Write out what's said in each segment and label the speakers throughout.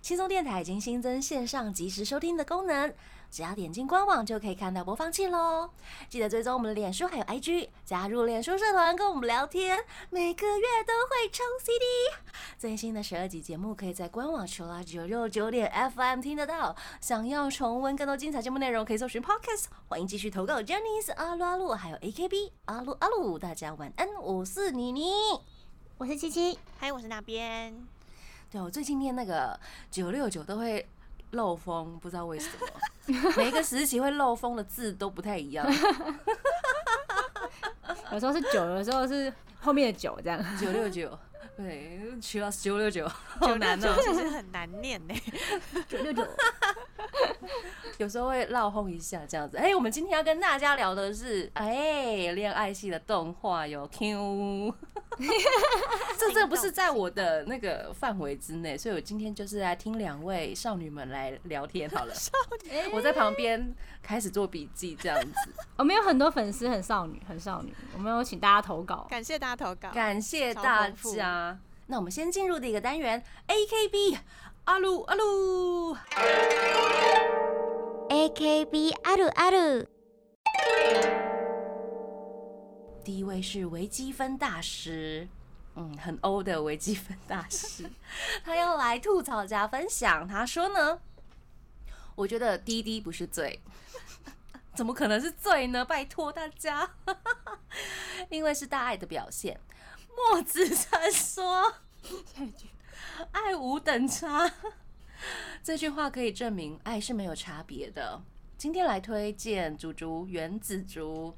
Speaker 1: 轻松电台已经新增线上即时收听的功能，只要点进官网就可以看到播放器喽。记得追踪我们的脸书还有 IG，加入脸书社团跟我们聊天，每个月都会抽 CD。最新的十二集节目可以在官网 c h i l l 九六九点 FM 听得到。想要重温更多精彩节目内容，可以搜寻 Podcast。欢迎继续投稿 j e n n y s 阿鲁阿鲁，还有 AKB 阿鲁阿鲁。大家晚安，我是妮妮。
Speaker 2: 我是七七，
Speaker 3: 嗨，我是那边。
Speaker 1: 对，我最近念那个九六九都会漏风，不知道为什 么，每一个时期会漏风的字都不太一样。
Speaker 4: 有时候是酒，有时候是后面的酒，这样。
Speaker 1: 九六九，对，去到九六九，好难 哦、
Speaker 3: 其实很难念 呢。
Speaker 4: 九六九，
Speaker 1: 有时候会漏风一下这样子。哎、我们今天要跟大家聊的是，哎、恋爱系的动画有 Q，这这不是在我的那个范围之内，所以我今天就是来听两位少女们来聊天好了。我在旁边开始做笔记这样子。
Speaker 4: 我哦们有很多粉丝很少女，很少女。我们有请大家投稿，
Speaker 3: 感谢大家投稿。
Speaker 1: 感谢
Speaker 3: 超
Speaker 1: 大
Speaker 3: 丰富
Speaker 1: 家。那我们先进入第一个单元，AKB，阿鲁阿鲁。
Speaker 2: AKB あるある
Speaker 1: 第一位是微积分大师，嗯，很欧的微积分大师，他要来吐槽加分享。他说呢，我觉得滴滴不是罪，怎么可能是罪呢？拜托大家， 因为是大爱的表现。墨子禅说。
Speaker 4: 下一句
Speaker 1: 爱无等差。这句话可以证明爱是没有差别的。今天来推荐竹竹原子竹，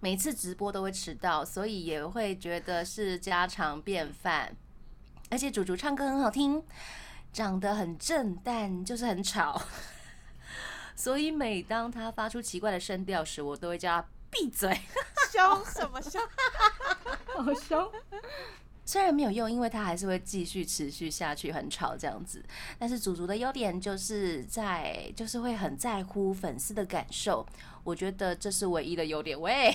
Speaker 1: 每次直播都会迟到，所以也会觉得是家常便饭。而且竹竹唱歌很好听，长得很正，但就是很吵。 所以每当他发出奇怪的声调时，我都会叫他闭嘴。
Speaker 3: 凶什么凶？
Speaker 4: 好凶，
Speaker 1: 虽然没有用，因为它还是会继续持续下去，很吵这样子。但是祖祖的优点就是在就是会很在乎粉丝的感受，我觉得这是唯一的优点。喂，
Speaker 4: 耶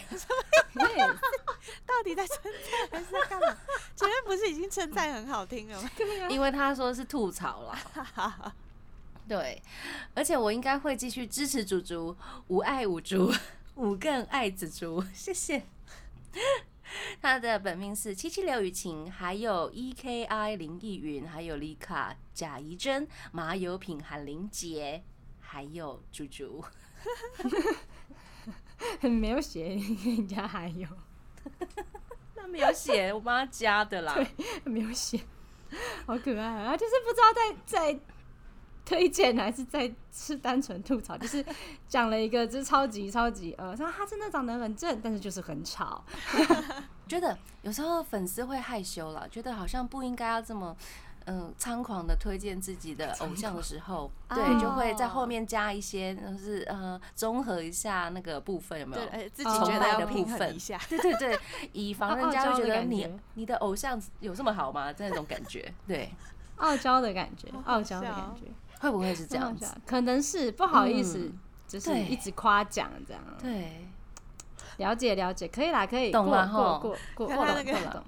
Speaker 3: 到底在称赞还是在干嘛？前面不是已经称赞很好听 了吗？
Speaker 1: 因为他说是吐槽啦。对，而且我应该会继续支持祖祖，无爱五竹，五更爱子竹，谢谢。 他的本命是七七刘雨晴，还有 E K I 林奕云，还有李卡、贾怡珍、麻油品、韩林杰，还有竹竹。
Speaker 4: 很没有血缘，人家还有
Speaker 1: 他没有写，我帮他加的 啦。
Speaker 4: 很没有血，好可爱啊！就是不知道在在推荐还是在是单纯吐槽，就是讲了一个就是超级超级呃，说他真的长得很正，但是就是很吵，
Speaker 1: 觉得有时候粉丝会害羞了，觉得好像不应该要这么。嗯，猖狂的推荐自己的偶像的时候，对，
Speaker 4: 哦
Speaker 1: 就会在后面加一些，就是呃，综合一下那个部分有没有
Speaker 3: 对，？呃自己
Speaker 4: 崇
Speaker 3: 觉得
Speaker 4: 拜
Speaker 3: 要
Speaker 1: 的部
Speaker 3: 平衡
Speaker 1: 分
Speaker 3: 一下。
Speaker 1: 对对对，以防人家会觉得
Speaker 4: 傲娇的
Speaker 1: 你
Speaker 4: 感觉
Speaker 1: 你的偶像有这么好吗？这种感觉，对，
Speaker 4: 傲娇的感觉
Speaker 3: 好，好
Speaker 4: 傲娇的
Speaker 3: 笑
Speaker 4: 感
Speaker 3: 哦
Speaker 4: 觉。
Speaker 1: 会不会是这
Speaker 4: 真的
Speaker 1: 样子
Speaker 4: 假？的可能是不好意思，
Speaker 1: 嗯
Speaker 4: 就是
Speaker 1: 对
Speaker 4: 一直夸奖这样。
Speaker 1: 对，
Speaker 4: 了解了解，可以啦，可以，
Speaker 1: 懂了吼
Speaker 4: 过过过
Speaker 3: 看
Speaker 4: 过
Speaker 3: 他那
Speaker 4: 了过
Speaker 3: 个
Speaker 4: 了懂。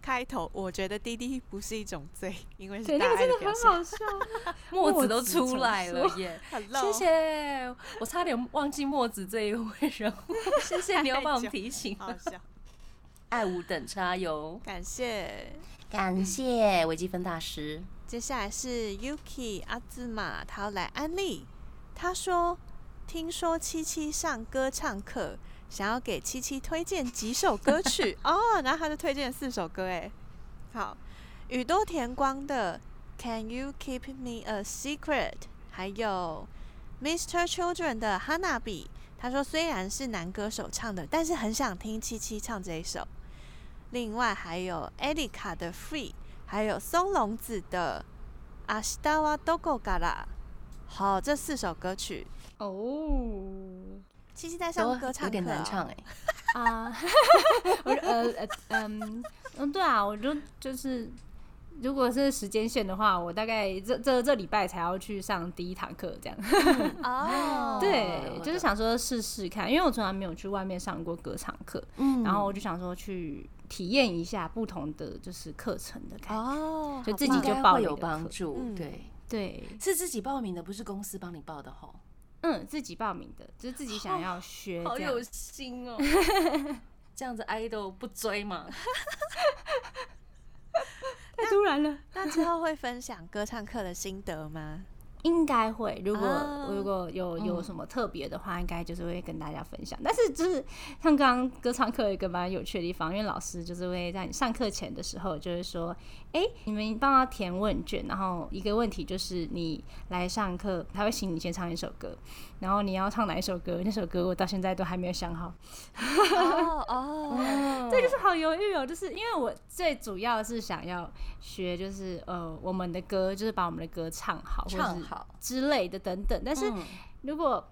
Speaker 3: 开头我觉得滴滴不是一种罪，因为是
Speaker 4: 对，那
Speaker 3: 大
Speaker 4: 个
Speaker 3: 爱
Speaker 4: 真
Speaker 3: 的
Speaker 4: 的
Speaker 3: 表
Speaker 4: 很
Speaker 3: 现。
Speaker 4: 好笑，
Speaker 1: 墨子都
Speaker 4: 墨子
Speaker 1: 出
Speaker 4: 成
Speaker 1: 来了
Speaker 4: 说
Speaker 1: 耶，
Speaker 3: 很
Speaker 1: 谢谢，我差点忘记墨子这一位人物，谢谢你又帮我们提醒。
Speaker 3: 好笑，
Speaker 1: 爱无等差哟，
Speaker 3: 感谢。
Speaker 1: 感谢微积分大师。
Speaker 3: 接下来是 Yuki 阿兹玛，他要来安利。他说：“听说七七上歌唱课，想要给七七推荐几首歌曲哦。”然后他就推荐了四首歌，哎，好，宇多田光的《Can You Keep Me a Secret》，还有 Mr. Children 的《哈娜比》。他说虽然是男歌手唱的，但是很想听七七唱这一首。另外还有 Erica 的《Free》。还有松隆子的《阿西达瓦多狗嘎啦》。好，这四首歌曲，
Speaker 4: 哦
Speaker 3: 七七在
Speaker 1: 都
Speaker 3: 上歌啊唱课、
Speaker 1: 有点难唱。哎、
Speaker 4: 啊，我说呃呃嗯嗯，对啊，我就就是如果是时间线的话，我大概这这这礼拜才要去上第一堂课，这样。
Speaker 3: 哦，
Speaker 4: 对，就是想说试试看，因为我从来没有去外面上过歌唱课，
Speaker 1: 嗯
Speaker 4: 然后我就想说去体验一下不同的就是课程的感觉。
Speaker 3: 哦，
Speaker 4: 就
Speaker 3: 好
Speaker 4: 自己
Speaker 3: 棒
Speaker 1: 应
Speaker 4: 就
Speaker 1: 该
Speaker 4: 报
Speaker 1: 会
Speaker 4: 了
Speaker 1: 有
Speaker 4: 一个
Speaker 1: 帮
Speaker 4: 课
Speaker 1: 助，
Speaker 3: 嗯
Speaker 1: 对，
Speaker 4: 对，
Speaker 1: 是自己报名的，不是公司帮你报的吼。
Speaker 4: 嗯，自己报名的，就是自己想要学
Speaker 1: 哦好
Speaker 4: 这样。
Speaker 1: 有心哦！ 这样子 idol 不追嘛？
Speaker 4: 太突然了，
Speaker 3: 那之后会分享歌唱课的心得 吗？
Speaker 4: 应该会。如果、
Speaker 3: 啊
Speaker 4: 如果有有
Speaker 1: 嗯
Speaker 4: 什么特别的话，应该就是会跟大家分享。但是就是像刚刚歌唱课有一个蛮有趣的地方，因为老师就是会在你上课前的时候，就是说，哎、你们帮他填问卷，然后一个问题就是你来上课，他会请你先唱一首歌，然后你要唱哪一首歌？那首歌我到现在都还没有想好。
Speaker 3: 哦哦，
Speaker 4: 这就是好犹豫哦，就是因为我最主要是想要学，就是呃我们的歌，就是把我们的歌唱好，或
Speaker 1: 唱
Speaker 4: 是
Speaker 1: 好
Speaker 4: 之类的等等。但是
Speaker 1: 嗯
Speaker 4: 如果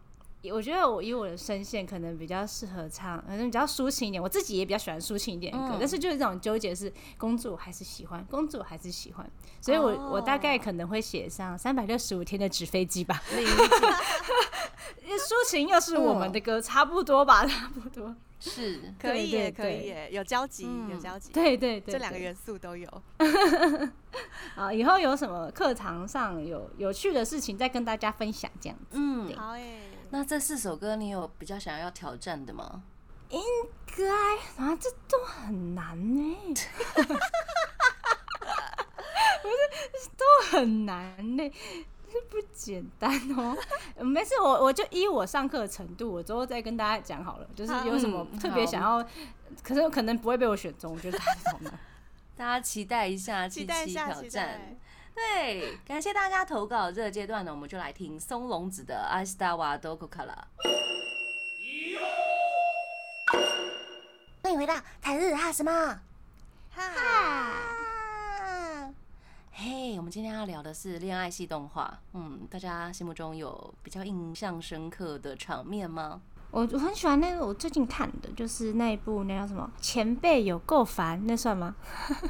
Speaker 4: 我觉得我以我的声线可能比较适合唱，可能比较抒情一点，我自己也比较喜欢抒情一点的歌。
Speaker 1: 嗯
Speaker 4: 但是就是这种纠结是工作我还是喜欢，工作我还是喜欢，所以我、我大概可能会写上三百六十五天的纸飞机吧。 因为 抒情又是我们的歌，差不多吧，差不多。
Speaker 1: 是
Speaker 3: 可以耶，
Speaker 4: 对对
Speaker 3: 可以耶，有交集，
Speaker 1: 嗯
Speaker 3: 有交集，
Speaker 4: 对对对，
Speaker 3: 这两个
Speaker 4: 对
Speaker 3: 元素都有。
Speaker 4: 啊，以后有什么课堂上有有趣的事情再跟大家分享，这样子。
Speaker 1: 嗯。
Speaker 3: 好耶，
Speaker 1: 那这四首歌你有比较想要挑战的吗？
Speaker 4: 该啊，这都很难呢、不是，都很难呢、这不简单哦。呃没事，我我就依我上课的程度，我之后再跟大家讲好了。就是
Speaker 3: 好
Speaker 4: 有什么
Speaker 1: 嗯
Speaker 4: 特别
Speaker 1: 好
Speaker 4: 想要，可是可能不会被我选中，我觉得太难了。
Speaker 1: 大家期待一下，
Speaker 3: 期待一
Speaker 1: 七七
Speaker 3: 下，
Speaker 1: 挑
Speaker 3: 期
Speaker 1: 战
Speaker 3: 待。。
Speaker 1: 对，感谢大家投稿。这个阶段呢，我们就来听松隆子的《阿斯达瓦多库卡拉》。欢迎回到台日哈什么？
Speaker 3: 嗨，
Speaker 1: 嘿，我们今天要聊的是恋爱系动画。嗯，大家心目中有比较印象深刻的场面吗？
Speaker 4: 我我很喜欢那个我最近看的，就是那一部那叫什么《前辈有够烦》，那算吗？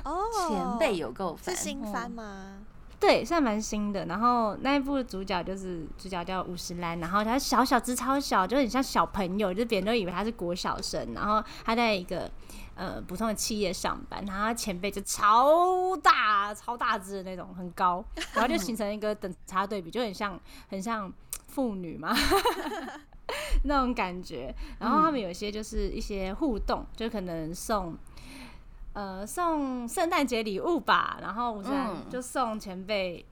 Speaker 3: 哦，
Speaker 1: 前辈有够烦，
Speaker 3: 是新番
Speaker 1: 嗯
Speaker 3: 吗？
Speaker 4: 对，算蛮新的。然后那一部的主角就是主角叫五十岚，然后他小小只超小，就很像小朋友，就是别人都以为他是国小生。然后他在一个呃普通的企业上班，然后他前辈就超大超大只的那种，很高，然后就形成一个等差对比，就很像很像妇女嘛。 那种感觉，然后他们有些就是一些互动，就可能送呃送圣诞节礼物吧，然后我虽然
Speaker 1: 嗯
Speaker 4: 就送前辈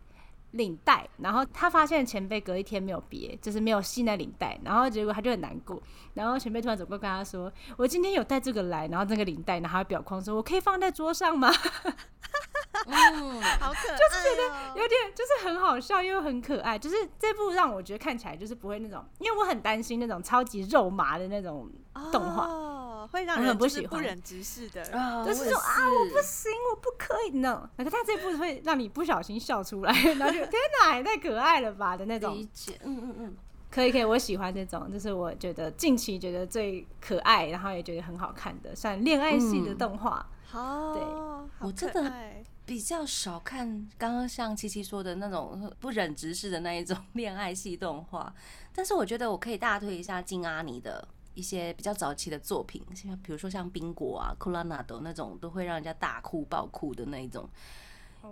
Speaker 4: 领带，然后他发现前辈隔一天没有别，就是没有系那领带，然后结果他就很难过，然后前辈突然走过跟他说：“我今天有带这个来，然后这个领带，然后他表框说我可以放在桌上吗？”
Speaker 1: 哦
Speaker 3: 好可爱，哦就是觉得
Speaker 4: 有点就是很好笑又很可爱，就是这部让我觉得看起来就是不会那种，因为我很担心那种超级肉麻的那种动画，
Speaker 3: 画，哦会让
Speaker 4: 我
Speaker 3: 人
Speaker 4: 很不
Speaker 3: 就是
Speaker 4: 喜
Speaker 3: 不
Speaker 4: 欢
Speaker 3: 忍直视 的。
Speaker 1: 啊，
Speaker 4: 就是说啊，我不行，我不可以呢。那个他这部会让你不小心笑出来， 然后就天哪，也太可爱了吧的那
Speaker 1: 不理
Speaker 4: 种。
Speaker 1: 解，嗯嗯嗯，
Speaker 4: 可以可以，我喜欢这种，就是我觉得近期觉得最可爱，然后也觉得很好看的，算恋爱系的
Speaker 1: 嗯
Speaker 4: 动画。
Speaker 3: 哦，好
Speaker 1: 我真
Speaker 3: 可
Speaker 1: 的
Speaker 3: 爱
Speaker 1: 比较少看刚刚像七七说的那种不忍直视的那一种 恋爱系动画，但是我觉得我可以大推一下金阿尼的一些比较早期的作品，像比如说像冰果啊、库拉纳斗那种，都会让人家大哭爆哭的那一种，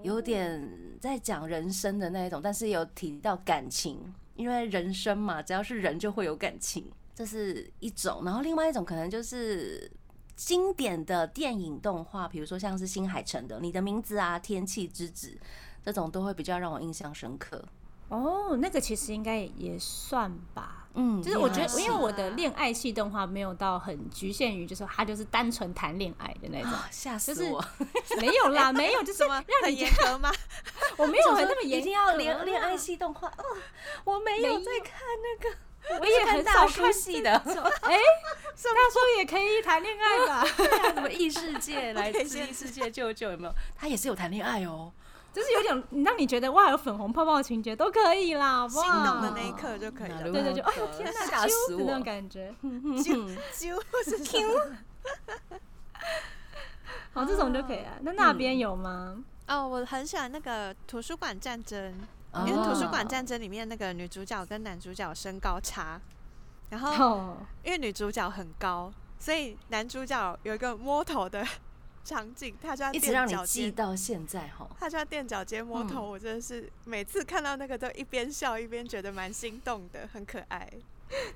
Speaker 1: 有点在讲人生的那一种，但是有提到感情，因为人生嘛，只要是人就会有感情，这是一种，然后另外一种可能就是经典的电影动画，比如说像是新海诚的《你的名字》啊，《天气之子》这种，都会比较让我印象深刻。
Speaker 4: 哦，那个其实应该也算吧。
Speaker 1: 嗯，
Speaker 4: 就是我觉
Speaker 1: 恋爱
Speaker 4: 得，
Speaker 1: 系
Speaker 4: 因为我的恋爱系动画没有到很局限于，就是他就是单纯谈恋爱的 那种，
Speaker 1: 啊吓死
Speaker 4: 就是
Speaker 1: 我！
Speaker 4: 没有啦，没有，就是
Speaker 3: 什么
Speaker 4: 让
Speaker 3: 很
Speaker 4: 你
Speaker 3: 严格 吗？
Speaker 4: 我没有
Speaker 1: 我
Speaker 4: 很
Speaker 1: 想说
Speaker 4: 那么严啊
Speaker 1: 一定要
Speaker 4: 格
Speaker 1: 恋恋爱
Speaker 4: 啦
Speaker 1: 系动画哦，我没有
Speaker 4: 没有
Speaker 1: 在看那个，
Speaker 4: 我也很
Speaker 1: 大
Speaker 4: 少
Speaker 1: 叔
Speaker 4: 看
Speaker 1: 系的，
Speaker 4: 这种。 哎、大叔也可以谈恋爱吧？
Speaker 1: 哎什么异世界来
Speaker 3: 可以
Speaker 1: 自异世界舅舅有没有？他也是有谈恋爱哦。
Speaker 4: 就是有点你让你觉得哇，有粉红泡泡的情节都可以啦，好不
Speaker 3: 心
Speaker 4: 好？
Speaker 3: 动的那一刻就可以了。
Speaker 1: 对
Speaker 4: 对对对，哎呦天哪，
Speaker 1: 吓死
Speaker 4: 啾的那种
Speaker 1: 我！
Speaker 4: 感觉。
Speaker 3: 啾啾 是什么？
Speaker 4: 啊
Speaker 1: 哦
Speaker 4: 好，这种就可以了。那那边有吗？
Speaker 3: 哦，我很喜欢那个图书馆战争，因
Speaker 1: 因
Speaker 3: 为图书
Speaker 1: 哦
Speaker 3: 馆战争里面那个女主角跟男主角身高差，然
Speaker 1: 嗯
Speaker 3: 后
Speaker 4: 哦，
Speaker 3: 因为女主角很高，所以男主角有一个摸头的场景，他就要
Speaker 1: 一直让
Speaker 3: 垫
Speaker 1: 你
Speaker 3: 脚
Speaker 1: 记
Speaker 3: 尖，
Speaker 1: 到现在哈。
Speaker 3: 他就要垫脚尖摸头，
Speaker 1: 嗯
Speaker 3: 我真的是每次看到那个都一边笑一边觉得蛮心动的，很可 爱。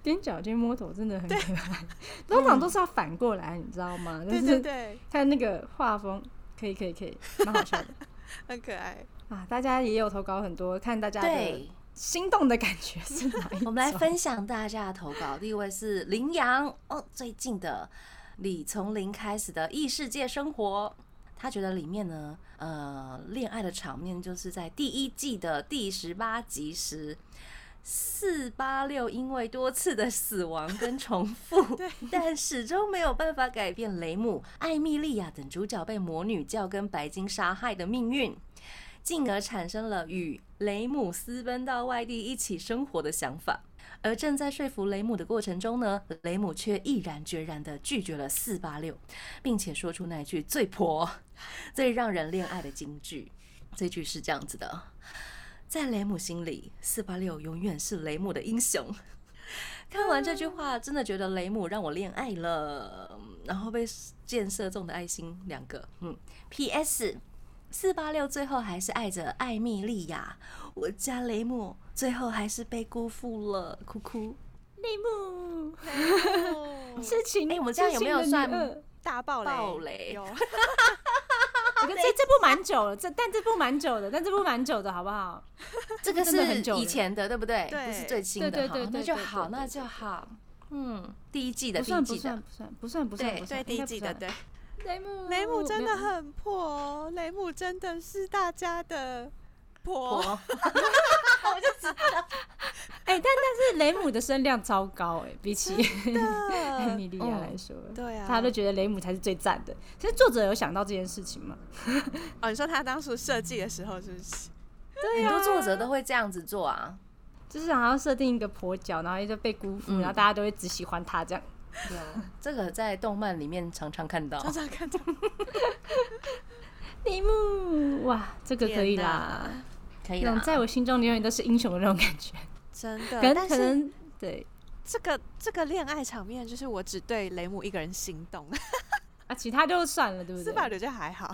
Speaker 4: 踮脚尖摸头真的很可爱， 通常都是要反过来，你知道吗？
Speaker 1: 嗯
Speaker 3: 对
Speaker 4: 就
Speaker 3: 对
Speaker 4: 是
Speaker 3: 对，
Speaker 4: 他那个画风，可以可以可以，蛮 好笑的
Speaker 3: 很可爱。
Speaker 4: 啊！大家也有投稿很多，看大家的
Speaker 1: 对，
Speaker 4: 心动的感觉是哪 一种？
Speaker 1: 我们来分享大家的投稿。第一位是羚羊哦，最近的李从零开始的异世界生活，他觉得里面呢，呃，恋爱的场面就是在第一季的第十八集时。四八六因为多次的死亡跟重复，但始终没有办法改变雷姆、艾米莉亚等主角被魔女教跟白金杀害的命运。进而产生了与雷姆私奔到外地一起生活的想法。而正在说服雷姆的过程中呢，雷姆却毅然决然地拒绝了四八六，并且说出那句最婆、最让人恋爱的金句。这句是这样子的：在雷姆心里，四八六永远是雷姆的英雄。看完这句话，真的觉得雷姆让我恋爱了，嗯然后被箭射中的爱心两个。嗯，P.S. 四八六最后还是爱着艾米莉亚，我家雷姆最后还是被辜负了，哭哭。
Speaker 4: 内幕
Speaker 3: 哦
Speaker 4: 痴情，
Speaker 1: 嗯哎我们这样有没有算
Speaker 4: 痴情的 女二
Speaker 3: 大爆雷，
Speaker 1: 爆雷
Speaker 3: 有
Speaker 4: 我觉得这这部蛮久了，这但这部蛮久的，但这部蛮久的好不好？
Speaker 1: 这个
Speaker 4: 真的很
Speaker 1: 是
Speaker 4: 久了
Speaker 1: 以前的，对不对？
Speaker 3: 对
Speaker 1: 不是最新
Speaker 4: 对
Speaker 1: 的，
Speaker 4: 对对
Speaker 1: 好，
Speaker 4: 对
Speaker 1: 那就
Speaker 4: 对
Speaker 1: 好，
Speaker 4: 对对
Speaker 1: 那就好。嗯，第一季的，
Speaker 4: 不
Speaker 1: 第一
Speaker 4: 算
Speaker 1: 季
Speaker 4: 不
Speaker 1: 的
Speaker 4: 算，不算不算不算
Speaker 1: 对
Speaker 4: 不算，
Speaker 3: 对第
Speaker 4: 应
Speaker 3: 一
Speaker 4: 该
Speaker 3: 季
Speaker 4: 不
Speaker 3: 的对。
Speaker 4: 算雷姆
Speaker 3: 雷姆真
Speaker 4: 没
Speaker 3: 的
Speaker 4: 有
Speaker 3: 很破哦，雷姆真的是大家的破。
Speaker 1: 婆
Speaker 4: 哎、但但是雷姆的声量超高哎、比起 艾
Speaker 3: 的
Speaker 4: 米莉亚来说，
Speaker 3: 对啊，
Speaker 4: 大家都觉得雷姆才是最赞的。其实作者有想到这件事情吗？
Speaker 3: 哦，你说他当初设计的时候是不是？
Speaker 4: 对啊
Speaker 1: 很多作者都会这样子做啊。
Speaker 4: 就是想要设定一个跛脚，然后就被辜负，
Speaker 1: 嗯
Speaker 4: 然后大家都会只喜欢他这样。
Speaker 1: 对啊，这个在动漫里面常常
Speaker 4: 哦
Speaker 1: 看到
Speaker 3: 常。常看到
Speaker 4: 雷姆，哇，这个可以啦，
Speaker 1: 可以
Speaker 4: 那
Speaker 1: 啦
Speaker 4: 种，在我心中永远都是英雄的那种感觉。
Speaker 3: 真的，
Speaker 4: 可能
Speaker 3: 呃但
Speaker 4: 可
Speaker 3: 是
Speaker 4: 能对
Speaker 3: 这个这个恋爱场面，就是我只对雷姆一个人心动，
Speaker 4: 啊，其他就算了，对 不
Speaker 3: 四百
Speaker 4: 对？
Speaker 3: 六就还好。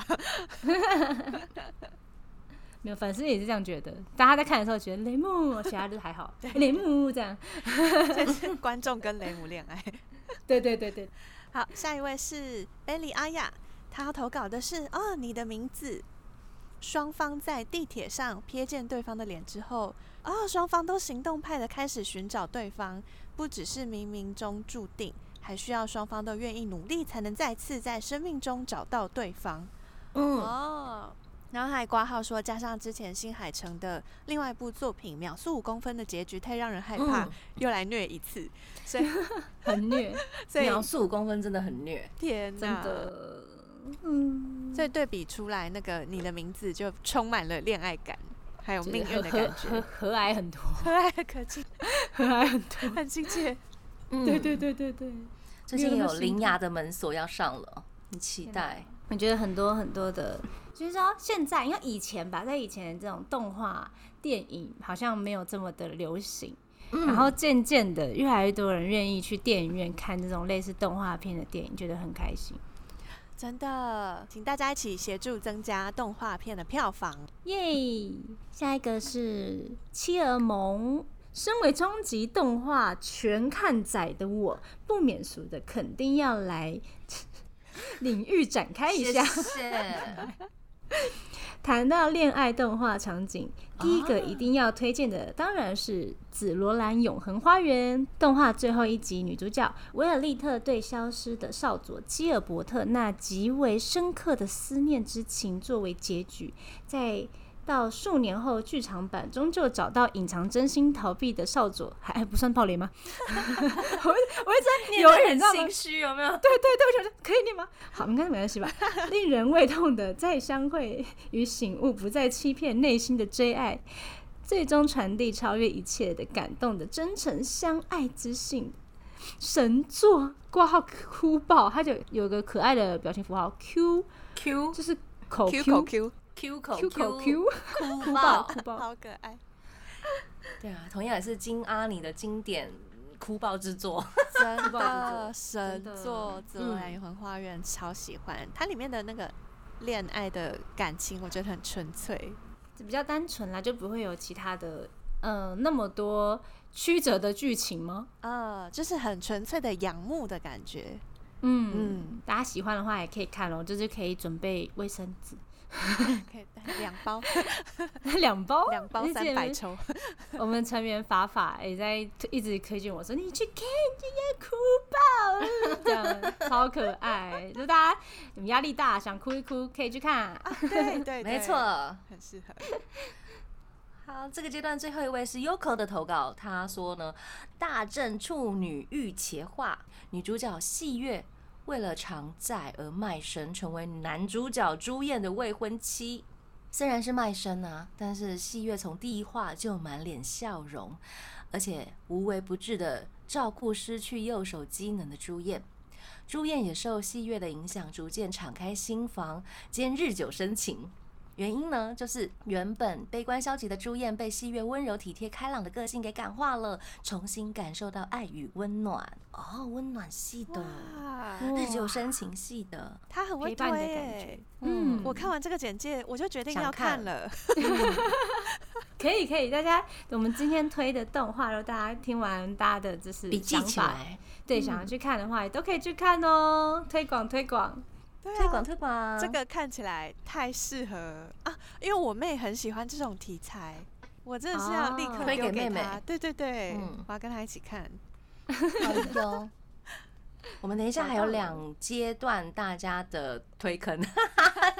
Speaker 4: 没有，粉丝也是这样觉得。大家在看的时候觉得雷姆，其他就还好，雷姆这样。
Speaker 3: 这是观众跟雷姆恋爱。
Speaker 4: 对对对对，
Speaker 3: 好，下一位是 Belly 阿雅，她要投稿的是哦，你的名字。双方在地铁上瞥见对方的脸之后，哦，双方都行动派的开始寻找对方，不只是冥冥中注定，还需要双方都愿意努力，才能再次在生命中找到对方。
Speaker 1: 嗯，
Speaker 3: 哦，然后还挂号说，加上之前新海诚的另外一部作品《秒速五公分》的结局太让人害怕，
Speaker 1: 嗯
Speaker 3: 又来虐一次，所以
Speaker 4: 很 虐，
Speaker 3: 所以
Speaker 1: 描述五公分真的很虐。
Speaker 3: 天
Speaker 4: 真
Speaker 3: 哪！
Speaker 4: 的。嗯，
Speaker 3: 所以对比出来，那个你的名字就充满了恋爱感，还有
Speaker 4: 就是
Speaker 3: 命 运的
Speaker 4: 和
Speaker 3: 感
Speaker 4: 和和
Speaker 3: 觉，
Speaker 4: 和蔼很多，
Speaker 3: 和蔼可亲，
Speaker 4: 和蔼很多。
Speaker 3: 很亲切。
Speaker 1: 嗯，
Speaker 4: 对对对对对，
Speaker 1: 最近有
Speaker 4: 心
Speaker 1: 铃
Speaker 4: 痛
Speaker 1: 芽的门锁要上了，很期待。
Speaker 4: 我觉得很多很多的，就是说现在，因为以前吧，在以前这种动画电影好像没有这么的流行，然后渐渐的越来越多人愿意去电影院看这种类似动画片的电影，觉得很开心。
Speaker 3: 真的，请大家一起协助增加动画片的票房。
Speaker 4: 耶！下一个是妻儿萌。身为终极动画全看仔的我，不免俗的肯定要来 领域展开一下。
Speaker 1: 谢谢。
Speaker 4: 谈到恋爱动画场景，第一
Speaker 1: 啊
Speaker 4: 个一定要推荐的当然是《紫罗兰永恒花园》动画最后一集，女主角维尔利特对消失的少佐基尔伯特那极为深刻的思念之情作为结局，在。到数年后，剧场版终究找到隐藏真心逃避的少佐，还还不算暴雷吗？ 我一我一直在 有人知道 吗？
Speaker 1: 虚，有没有？
Speaker 4: 对对对，我想说可以念吗？好，应该没关系吧。令人胃痛的再相会与醒悟，不再欺骗内心的追爱，最终传递超越一切的感动的真诚相爱之信。神作挂号哭爆，他就有个可爱的表情符号 Q，
Speaker 1: Q
Speaker 4: 就是口
Speaker 3: Q 口 Q，
Speaker 1: Q 口
Speaker 4: Q 口 Q
Speaker 1: 哭
Speaker 4: 爆
Speaker 1: 爆，
Speaker 4: 哭爆，
Speaker 3: 好可爱，
Speaker 1: 对啊，同样也是金阿尼的经典哭爆之作。
Speaker 4: 哭
Speaker 3: 真
Speaker 4: 爆哭爆
Speaker 3: 的神作哎《紫罗兰
Speaker 1: 嗯
Speaker 3: 永恒花园》超喜欢，它里面的那个恋爱的感情，我觉得很纯粹。
Speaker 4: 比较单纯啦，就不会有其他的呃那么多曲折的剧情吗？
Speaker 3: 呃，就是很纯粹的仰慕的感觉。
Speaker 4: 嗯
Speaker 3: 嗯，
Speaker 4: 大家喜欢的话也可以看哦，就是可以准备卫生 纸
Speaker 3: 可以带两包，
Speaker 4: 两包，
Speaker 3: 两 包
Speaker 4: 之
Speaker 3: 三
Speaker 4: 前
Speaker 3: 百抽，
Speaker 4: 我们成员法法也在推一直推荐我说：“你去看，这个哭爆了， 这样超可爱。”就大家你们压力大，想哭一哭，可以去看。
Speaker 1: 啊
Speaker 3: 对 对，
Speaker 1: 没
Speaker 3: 对
Speaker 1: 错，。
Speaker 3: 很适合。
Speaker 1: 好，这个阶段最后一位是 Yoko 的投稿，他说呢，大正处女御茄化，女主角细月为了偿债而卖身，成为男主角朱彦的未婚妻。虽然是卖身啊，但是细月从第一话就满脸笑容，而且无微不至的照顾失去右手机能的朱彦。朱彦也受细月的影响，逐渐敞开心房，兼日久生情。原因呢，就是原本悲观消极的朱燕被细月温柔体贴、开朗的个性给感化了，重新感受到爱与温暖。哦，温暖系的，
Speaker 3: 哇，
Speaker 1: 日久生情系的，
Speaker 3: 他很
Speaker 4: 陪
Speaker 3: 会推
Speaker 4: 伴的感
Speaker 3: 耶。
Speaker 4: 嗯
Speaker 3: 我看完这个简介，我就决定
Speaker 1: 想
Speaker 3: 要看
Speaker 1: 看
Speaker 3: 了。
Speaker 4: 可以可以，大家我们今天推的动画，如果大家听完大家的就是
Speaker 1: 笔记
Speaker 4: 想
Speaker 1: 起
Speaker 4: 法，
Speaker 1: 来，嗯
Speaker 4: 对，想要去看的话也都可以去看哦，推广推 广。
Speaker 3: 对
Speaker 1: 推
Speaker 3: 啊
Speaker 1: 广推广。
Speaker 3: 这个看起来太适合啊，因为我妹很喜欢这种题材，我真的是要立
Speaker 4: 哦
Speaker 3: 刻
Speaker 1: 推
Speaker 3: 丢
Speaker 1: 给妹妹
Speaker 3: 她。对对对，
Speaker 1: 嗯
Speaker 3: 我要跟她一起 看。
Speaker 1: 好 哟。我们等一下还有
Speaker 4: 找到了
Speaker 1: 两阶段大家的推坑，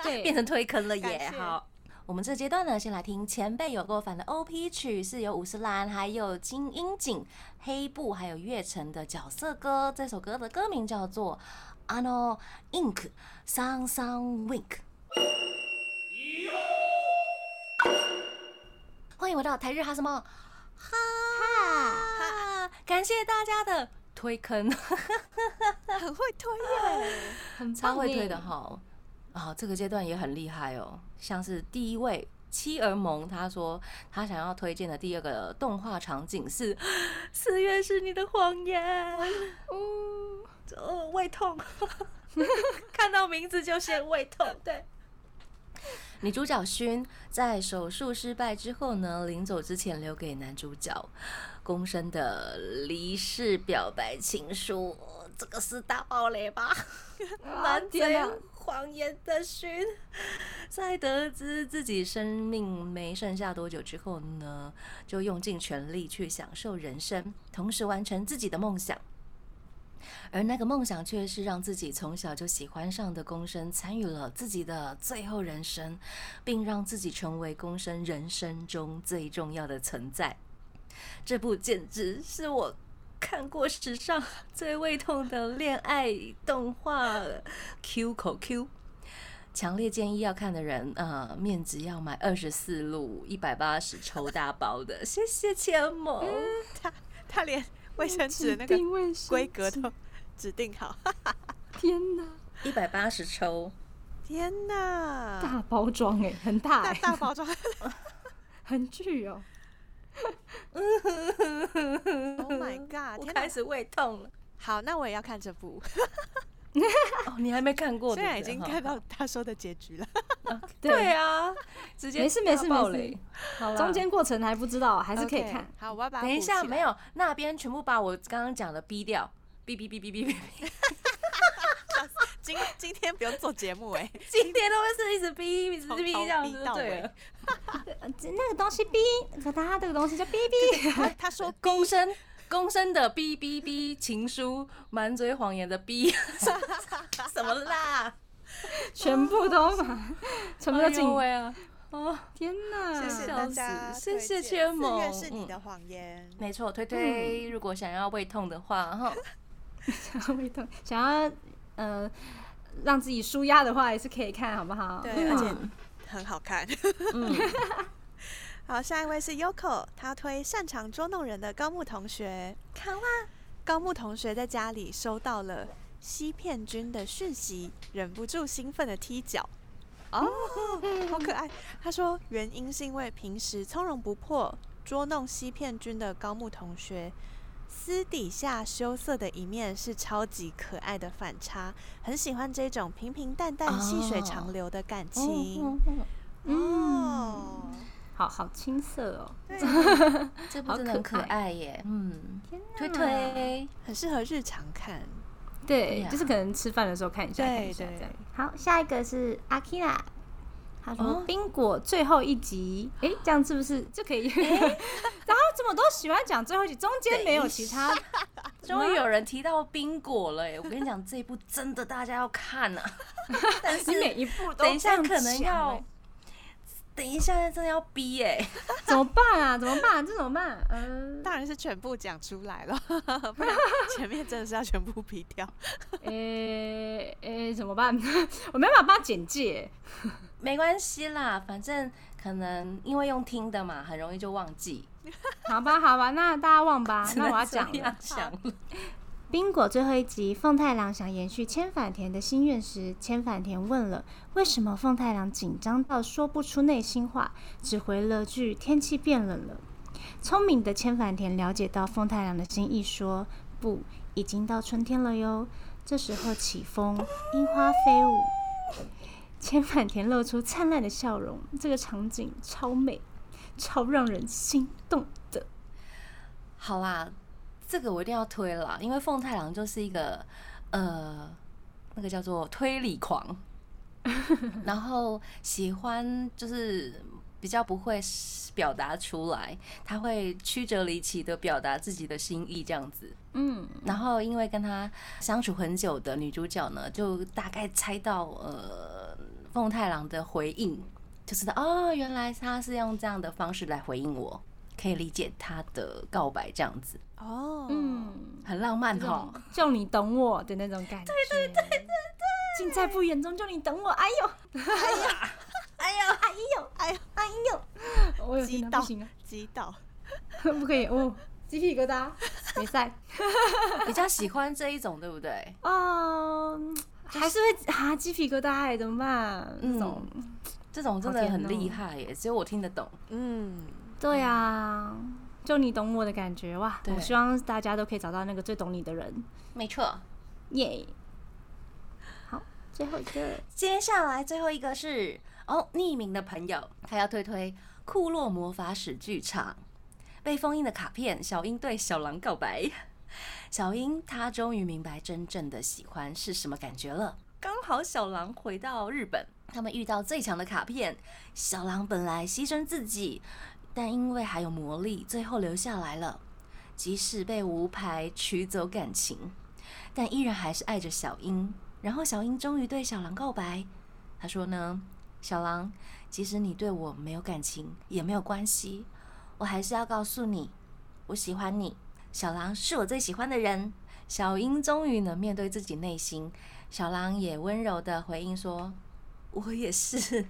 Speaker 4: 对，
Speaker 1: 变成推坑了
Speaker 3: 感
Speaker 1: 耶！
Speaker 3: 谢
Speaker 1: 好，我们这阶段呢，先来听前辈有够烦的 OP 曲，是由五十岚、还有金英景、黑布还有月城的角色歌。这首歌的歌名叫做《Ano Ink Sun Sun Wink》。欢迎回到台日哈什么哈，感谢大家的推坑。
Speaker 3: 很会推
Speaker 1: 哦
Speaker 3: 耶，
Speaker 4: 很棒
Speaker 1: 超会推的
Speaker 4: 耶，
Speaker 1: 哈。啊、这个阶段也很厉害哦。像是第一位妻儿萌，他说他想要推荐的第二个动画场景是《四月是你的谎言》。哦，哦，胃痛， 看到名字就先胃痛。对。女主角勋在手术失败之后呢，临走之前留给男主角公生的离世表白情书，这个是大爆雷吧？满嘴
Speaker 4: 啊天哪
Speaker 1: 谎言的勋，在得知自己生命没剩下多久之后呢，就用尽全力去享受人生，同时完成自己的梦想。而那个梦想却是让自己从小就喜欢上的公生参与了自己的最后人生，并让自己成为公生人生中最重要的存在。这部简直是我看过史上 最胃痛的恋爱动画 Q 口 Q。强烈建议要看的人，呃，面值要买二十四路一百八十抽大包的，谢谢千某。
Speaker 3: 她她
Speaker 1: 嗯
Speaker 3: 连卫生纸的那
Speaker 4: 指
Speaker 3: 个
Speaker 4: 定卫生
Speaker 3: 规格
Speaker 4: 纸
Speaker 3: 都指定好。
Speaker 4: 天哪，
Speaker 1: 一百八十抽，
Speaker 3: 天哪，
Speaker 4: 大包装哎，很大
Speaker 3: 啊大
Speaker 4: 欸，
Speaker 3: 大包装
Speaker 4: 很巨哦。
Speaker 3: ！Oh my god！
Speaker 1: 我
Speaker 3: 天
Speaker 1: 开
Speaker 3: 哪，
Speaker 1: 始胃痛了。
Speaker 3: 好，那我也要看这部，
Speaker 1: 哦，你还没看过？
Speaker 3: 虽然已
Speaker 1: 对
Speaker 3: 经
Speaker 1: 不对
Speaker 3: 看到他说的结局了。
Speaker 1: 对啊，直接
Speaker 4: 没事没
Speaker 1: 大
Speaker 4: 事没
Speaker 1: 爆
Speaker 4: 事
Speaker 1: 雷。，
Speaker 4: 好啦中间过程还不知道，还是可以
Speaker 3: OK，
Speaker 4: 看。
Speaker 3: 好，我要把它
Speaker 1: 等一
Speaker 3: 补
Speaker 1: 下，
Speaker 3: 起
Speaker 1: 没
Speaker 3: 来
Speaker 1: 有那边全部把我刚刚讲的逼掉，哔哔哔哔哔哔 哔。
Speaker 3: 今今天不用做节 目哎，
Speaker 1: 今天都是一直逼，一直
Speaker 3: 从
Speaker 1: 逼
Speaker 3: 头
Speaker 1: 这样
Speaker 3: 逼
Speaker 1: 子
Speaker 3: 到
Speaker 1: 就对
Speaker 3: 尾
Speaker 1: 了。
Speaker 4: 呃那个东西哔，可它这个东西叫哔哔。
Speaker 3: 他他说
Speaker 1: 公生公生的哔哔哔情书，满嘴谎言的逼， 什么啦？
Speaker 4: 全部都 满，全部都
Speaker 1: 哎
Speaker 4: 进
Speaker 1: 呦。喂啊！哦，
Speaker 4: 天哪！
Speaker 3: 谢谢嗯大
Speaker 1: 笑死
Speaker 3: 家
Speaker 1: 谢
Speaker 3: 推
Speaker 1: 谢圈
Speaker 3: 荐四月
Speaker 1: 萌
Speaker 3: 是你
Speaker 1: 嗯
Speaker 3: 的谎言，
Speaker 1: 没错，推推，如果想要胃痛的话，哈，
Speaker 4: 想要胃痛，想要呃让自己舒压的话，也是可以看，好不好？
Speaker 3: 对，而且
Speaker 1: 嗯
Speaker 3: 很好看。
Speaker 1: 嗯，
Speaker 3: 好，下一位是 Yoko，他推擅长捉弄人的高木同学。看哇！高木同学在家里收到了西片君的讯息，忍不住兴奋的踢脚。哦，好可爱。他说原因是因为平时从容不迫、捉弄西片君的高木同学，私底下羞涩的一面是超级可爱的反差，很喜欢这种平平淡淡、细水长流的感情。
Speaker 4: 哦哦嗯，
Speaker 3: 哦，
Speaker 4: 好好青涩哦，
Speaker 3: 对，
Speaker 1: 这部
Speaker 4: 好
Speaker 1: 真的很
Speaker 4: 可
Speaker 1: 可
Speaker 4: 爱
Speaker 1: 爱嗯耶，嗯，推
Speaker 4: 哪
Speaker 1: 推，
Speaker 3: 很适合日常看。
Speaker 1: 对
Speaker 4: 对
Speaker 1: 呀，
Speaker 4: 就是可能吃饭的时候看一下，
Speaker 3: 对
Speaker 4: 看一下
Speaker 3: 对
Speaker 4: 这样。好，下一个是阿 k i r a 他说
Speaker 1: 哦
Speaker 4: 《呃冰果》最后一集，哎、这样是不是就可以？然后这么多喜欢讲最后一集，中间没有其
Speaker 1: 哎
Speaker 4: 他，
Speaker 1: 啊终于有人提到冰果了耶！我跟你讲，这一部真的大家要看 啊，但是
Speaker 4: 你每一步都啊
Speaker 1: 等一下
Speaker 4: 这样
Speaker 1: 可能
Speaker 4: 讲
Speaker 1: 要
Speaker 4: 诶，
Speaker 1: 等一下真的要逼耶、
Speaker 4: 怎么办啊？怎么办、这怎么办、嗯、
Speaker 3: 当然是全部讲出来了，不 然前面真的是要全部劈掉。
Speaker 4: 呃、呃、怎么办？ 我没办法帮他简介。
Speaker 1: 没关系啦，反正可能因为用听的嘛，很容易就忘记。
Speaker 4: 好吧，好吧，那大家忘吧。
Speaker 1: 只
Speaker 4: 啊那
Speaker 1: 能
Speaker 4: 我要
Speaker 1: 这
Speaker 4: 讲了
Speaker 1: 样。想了，
Speaker 4: 冰果最后一集，凤太郎想延续千反田的心愿时，千反田问了为什么凤太郎紧张到说不出内心话，只回了句“天气变冷了”。聪明的千反田了解到凤太郎的心意，说：“不，已经到春天了哟。”这时候起风，樱花飞舞，千反田露出灿烂的笑容，这个场景超美，超让人心动的。
Speaker 1: 好啦，这个我一定要推了，因为凤太郎就是一个呃，那个叫做推理狂，然后喜欢就是比较不会表达出来，他会曲折离奇的表达自己的心意这样子。
Speaker 4: 嗯，
Speaker 1: 然后因为跟他相处很久的女主角呢，就大概猜到呃凤太郎的回应，就知道哦，原来他是用这样的方式来回应我，可以理解他的告白这样子，
Speaker 3: 哦，
Speaker 4: 嗯。
Speaker 1: 很浪漫
Speaker 4: 这
Speaker 1: 哈
Speaker 4: 种。 就你懂我的那种感觉。对对对对对，尽在不言中，就你懂我。哎呦，
Speaker 1: 哎呀，
Speaker 4: 哎呦，
Speaker 3: 哎呦
Speaker 4: 哎呦，我有听到不行啊，
Speaker 3: 击倒，
Speaker 4: 不可以哦，鸡皮疙瘩，没赛。
Speaker 1: 比较喜欢这一种，对不对？
Speaker 4: 哦，还是会啊，鸡皮疙瘩哎，怎么办？
Speaker 1: 嗯
Speaker 4: 那种，
Speaker 1: 这种真的
Speaker 4: 好甜
Speaker 1: 很
Speaker 4: 哦
Speaker 1: 厉害耶，只有我听得懂。
Speaker 3: 嗯，
Speaker 4: 对啊。就你懂我的感觉哇！
Speaker 1: 对
Speaker 4: 我希望大家都可以找到那个最懂你的人，
Speaker 1: 没错，
Speaker 4: 耶、好，最后一个，
Speaker 1: 接下来最后一个是哦，匿名的朋友，他要推推《库洛魔法史剧场》。被封印的卡片，小樱对小狼告白。小樱她终于明白真正的喜欢是什么感觉了。刚好小狼回到日本，他们遇到最强的卡片。小狼本来牺牲自己，但因为还有魔力，最后留下来了。即使被无牌取走感情，但依然还是爱着小樱。然后小樱终于对小狼告白，她说呢：“小狼，即使你对我没有感情也没有关系，我还是要告诉你，我喜欢你。小狼是我最喜欢的人。”小樱终于能面对自己内心，小狼也温柔的回应说：“我也是。”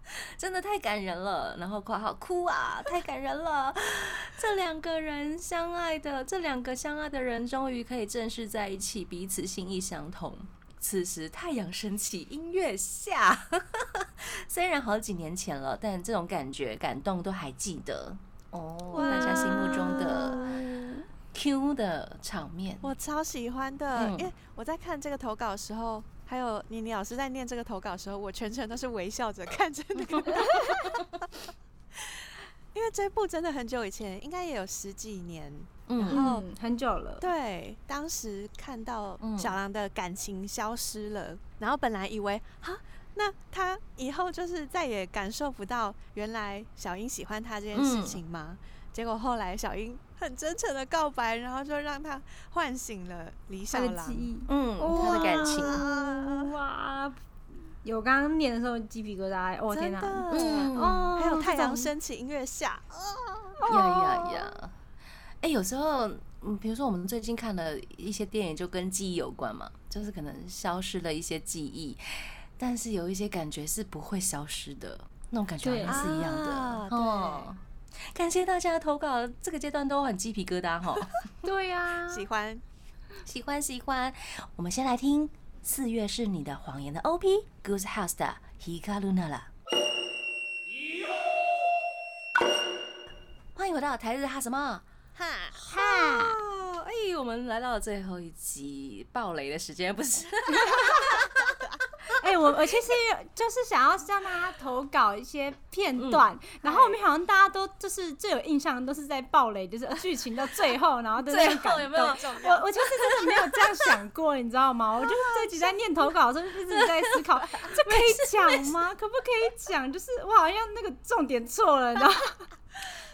Speaker 1: 真的太感人了，然后括号哭啊，太感人了！ 这两个人相爱的，这两个相爱的人终于可以正式在一起，彼此心意相同。此时太阳升起，音乐下。 虽然好几年前了，但这种感觉、感动都还记得哦。大家心目中的 Q 的场面，
Speaker 3: 我超喜欢的，
Speaker 1: 嗯
Speaker 3: 因为我在看这个投稿的时候，还有妮妮老师在念这个投稿的时候，我全程都是微笑着看着那个。 因为这部真的很久以前，应该也有十几年。
Speaker 1: 嗯，
Speaker 3: 哦
Speaker 4: 嗯，很久了，
Speaker 3: 对，当时看到
Speaker 1: 嗯
Speaker 3: 小狼的感情消失了，然后本来以为哈，那他以后就是再也感受不到原来小英喜欢他这件事
Speaker 1: 嗯
Speaker 3: 情吗？结果后来小英很真诚的告白，然后就让他唤醒了李
Speaker 4: 他
Speaker 3: 小
Speaker 4: 的
Speaker 3: 狼啊
Speaker 4: 记。忆，
Speaker 1: 嗯，他的感情，
Speaker 4: 哇哇！有刚刚念的时候鸡皮疙瘩，哦天
Speaker 3: 真的
Speaker 4: 哪！，
Speaker 1: 嗯
Speaker 4: 哦，
Speaker 3: 还有太阳
Speaker 4: 这种，
Speaker 3: 升起，音乐下，
Speaker 1: 呀呀呀！哎、有时候，嗯，比如说我们最近看了一些电影，就跟记忆有关嘛，就是可能消失了一些记忆，但是有一些感觉是不会消失的，那种感觉
Speaker 4: 对
Speaker 1: 好像是一样的、
Speaker 3: 啊
Speaker 1: 哦。感谢大家的投稿，这个阶段都很鸡皮疙瘩哈，
Speaker 4: 对呀，
Speaker 3: 喜欢
Speaker 1: 喜欢喜欢。我们先来听《四月是你的谎言》的 OP Goose House 的《 Hikaru Nara。欢迎回到台日哈什么？
Speaker 3: 哈，
Speaker 4: 哈，
Speaker 1: 哦，哎，我们来到了最后一集暴雷的时间，不是？
Speaker 4: 哎、我我其实就是想要让大家投稿一些片段，然后我们好像大家都就是最有印象都是在暴雷，就是剧情到最后，然后的那
Speaker 1: 最
Speaker 4: 种感
Speaker 1: 后
Speaker 4: 动。
Speaker 1: 有没有？
Speaker 4: 我我就是真的没有这样想过，你知道吗？我就是这几在念投稿的时候，一直在思考，这可以讲吗？可不可以讲？就是我好像那个重点错了，你知道吗？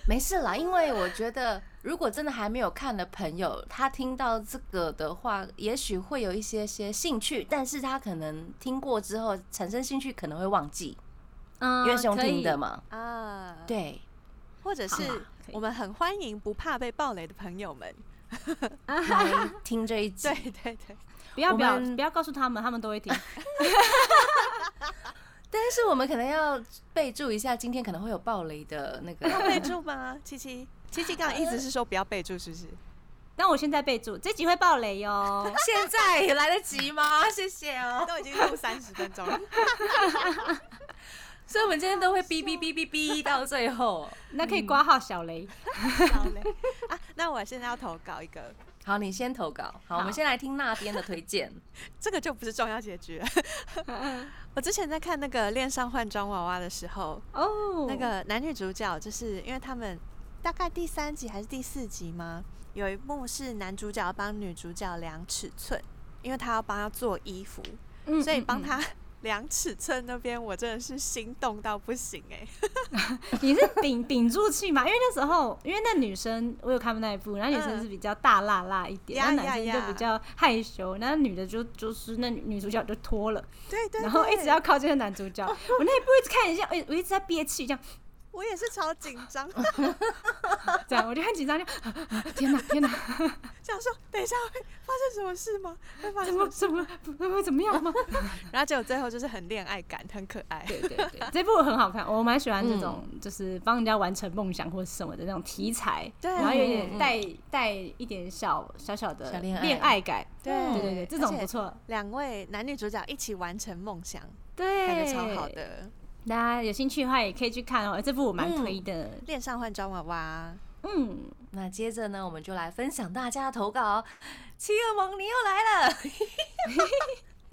Speaker 1: 没事啦，因为我觉得如果真的还没有看的朋友，他听到这个的话，也许会有一些些兴趣，但是他可能听过之后产生兴趣，可能会忘记，因
Speaker 4: 嗯
Speaker 1: 为是用听的，嘛。
Speaker 3: 啊，，
Speaker 1: 对，
Speaker 3: 或者
Speaker 4: 好
Speaker 3: 是
Speaker 4: 啦可以
Speaker 3: 我们很欢迎不怕被暴雷的朋友们。
Speaker 1: 来听这一集
Speaker 3: 对。对对，
Speaker 4: 不要
Speaker 1: 我
Speaker 4: 不要
Speaker 1: 们
Speaker 4: 不要告诉他们，他们都会听。
Speaker 1: 但是我们可能要备注一下，今天可能会有暴雷的那
Speaker 3: 要
Speaker 1: 个。
Speaker 3: 备注 吗？七七，七七刚刚一直是说不要备注，是 不是？
Speaker 4: 但我现在备注，这集会爆雷哦哟。
Speaker 1: 现在来得及吗？ 谢谢哦。
Speaker 3: 都已经录三十分钟了，
Speaker 1: 所以我们今天都会哔哔哔哔 哔到最后。
Speaker 4: 那
Speaker 3: 嗯
Speaker 4: 可以挂号小雷，
Speaker 3: 好嘞 啊！那我现在要投稿一个，
Speaker 1: 好，你先投稿。好，我们先来听那边的推荐。
Speaker 3: 这个就不是重要结局了。我之前在看那个《恋上换装娃娃》的时候，
Speaker 4: 哦，
Speaker 3: 那个男女主角就是因为他们大概第三集还是第四集吗？有一幕是男主角帮女主角量尺寸，因为他要帮她做衣服，
Speaker 4: 嗯，
Speaker 3: 所以帮
Speaker 4: 嗯
Speaker 3: 她 量尺寸那边，我真的是心动到不行哎、
Speaker 4: 嗯你是顶顶住气嘛？因为那时候，因为那女生我有看过那一部，然后女生
Speaker 3: 嗯
Speaker 4: 是比较大辣辣一点，
Speaker 3: 呀
Speaker 4: 然后男
Speaker 3: 呀
Speaker 4: 生
Speaker 3: 呀
Speaker 4: 就比较害羞，然后女的就就是那女女主角就脱了，
Speaker 3: 对对
Speaker 4: 然后一直
Speaker 3: 对哦
Speaker 4: 要靠近那男主角。我那一部一直看一下，哎，我一直在憋气，这样
Speaker 3: 我也是超紧 张，
Speaker 4: 这样，我就很紧张，就 天哪天哪，
Speaker 3: 想说等一下会发生什么事吗？会发
Speaker 4: 怎
Speaker 3: 生什
Speaker 4: 么
Speaker 3: 么？
Speaker 4: 怎么会怎么 样吗？
Speaker 3: 然后结果最后就是很恋爱感，很可爱。
Speaker 4: 对对对，这部很好看，我蛮喜欢这种，就是帮人家完成梦想或者什么的那种题材，
Speaker 3: 对
Speaker 4: 然后有
Speaker 1: 嗯嗯
Speaker 4: 点带带一点小小小的
Speaker 1: 小恋爱
Speaker 4: 感，
Speaker 3: 对
Speaker 4: 对对对，这种不错，
Speaker 3: 两位男女主角一起完成梦想，
Speaker 4: 对，
Speaker 3: 感觉超好。的。
Speaker 4: 大家有兴趣的话也可以去看哦，这部我蛮推的，
Speaker 3: 恋上换装娃娃，
Speaker 4: 嗯，
Speaker 1: 那接着呢，我们就来分享大家的投稿。七恶萌，你又来了。